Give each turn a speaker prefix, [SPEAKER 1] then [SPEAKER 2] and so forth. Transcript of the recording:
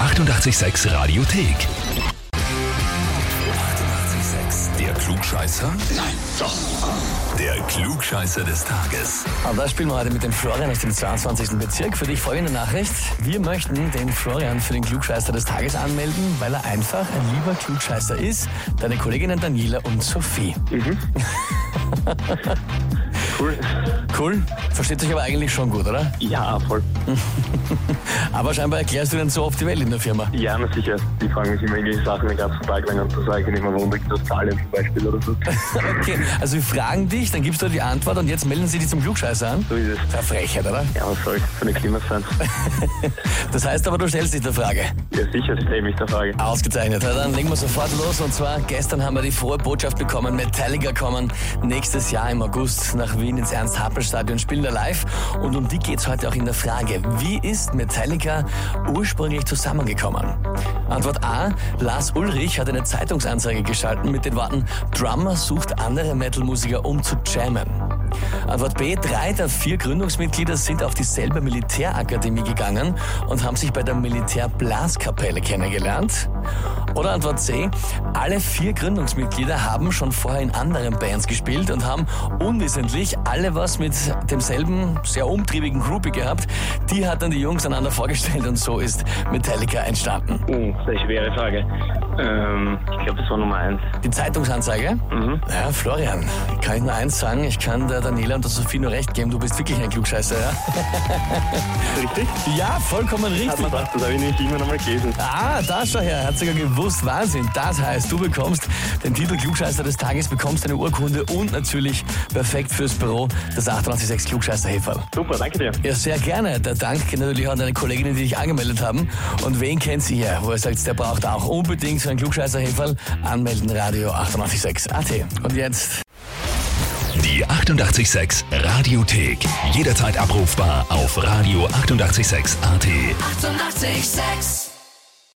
[SPEAKER 1] 886 Radiothek. 886, der Klugscheißer? Nein, doch. Der Klugscheißer des Tages.
[SPEAKER 2] Und da spielen wir heute mit dem Florian aus dem 22. Bezirk. Für dich folgende Nachricht. Wir möchten den Florian für den Klugscheißer des Tages anmelden, weil er einfach ein lieber Klugscheißer ist. Deine Kolleginnen Daniela und Sophie.
[SPEAKER 3] Cool.
[SPEAKER 2] Cool. Versteht sich aber eigentlich schon gut, oder?
[SPEAKER 3] Ja, voll.
[SPEAKER 2] Aber scheinbar erklärst du ihnen so oft die Welt in der Firma.
[SPEAKER 3] Ja, na sicher. Die fragen mich immer irgendwelche Sachen den ganzen Tag lang an zu sagen, immer warum ich das zahle zum Beispiel oder so.
[SPEAKER 2] Okay, also wir fragen dich, dann gibst du die Antwort und jetzt melden sie dich zum Klugscheißer an.
[SPEAKER 3] So ist es.
[SPEAKER 2] Das ist eine Frechheit, oder?
[SPEAKER 3] Ja, was soll für eine Klima sein?
[SPEAKER 2] Das heißt aber, du stellst dich der Frage.
[SPEAKER 3] Ja, sicher, stelle mich der Frage.
[SPEAKER 2] Ausgezeichnet. Na, Dann legen wir sofort los. Und zwar, gestern haben wir die frohe Botschaft bekommen, Metallica kommen nächstes Jahr im August nach Wien ins Ernst-Happel-Stadion, spielen da live. Und um die geht's heute auch in der Frage, wie ist Metallica ursprünglich zusammengekommen? Antwort A, Lars Ulrich hat eine Zeitungsanzeige geschalten mit den Worten, Drummer sucht andere Metal-Musiker, um zu jammen. Antwort B. Drei der vier Gründungsmitglieder sind auf dieselbe Militärakademie gegangen und haben sich bei der Militärblaskapelle kennengelernt. Oder Antwort C. Alle vier Gründungsmitglieder haben schon vorher in anderen Bands gespielt und haben unwissentlich alle was mit demselben sehr umtriebigen Groupie gehabt. Die hat dann die Jungs einander vorgestellt und so ist Metallica entstanden.
[SPEAKER 3] Oh, das ist eine schwere Frage. Ähm, ich glaube, das war Nummer eins.
[SPEAKER 2] Die Zeitungsanzeige?
[SPEAKER 3] Mhm.
[SPEAKER 2] Ja, Florian, ich kann ich nur eins sagen, ich kann der Daniela und der Sophie nur recht geben, du bist wirklich ein Klugscheißer, ja?
[SPEAKER 3] Richtig?
[SPEAKER 2] Ja, vollkommen
[SPEAKER 3] Hat
[SPEAKER 2] richtig.
[SPEAKER 3] man gedacht, das habe ich nicht immer nochmal gelesen.
[SPEAKER 2] Ah, da schau her, er hat sogar gewusst, Wahnsinn. Das heißt, du bekommst den Titel Klugscheißer des Tages, bekommst eine Urkunde und natürlich perfekt fürs Büro das 886 klugscheißer -Heferl.
[SPEAKER 3] Super, danke dir.
[SPEAKER 2] Ja, sehr gerne. Der Dank geht natürlich auch an deine Kolleginnen, die dich angemeldet haben. Und wen kennt sie hier, wo er sagt, der braucht auch unbedingt so einen klugscheißer -Heferl? Anmelden, Radio 886 AT. Und jetzt
[SPEAKER 1] Die 886 Radiothek. Jederzeit abrufbar auf radio886.at. 886!
[SPEAKER 4] Eighty-eight, sex.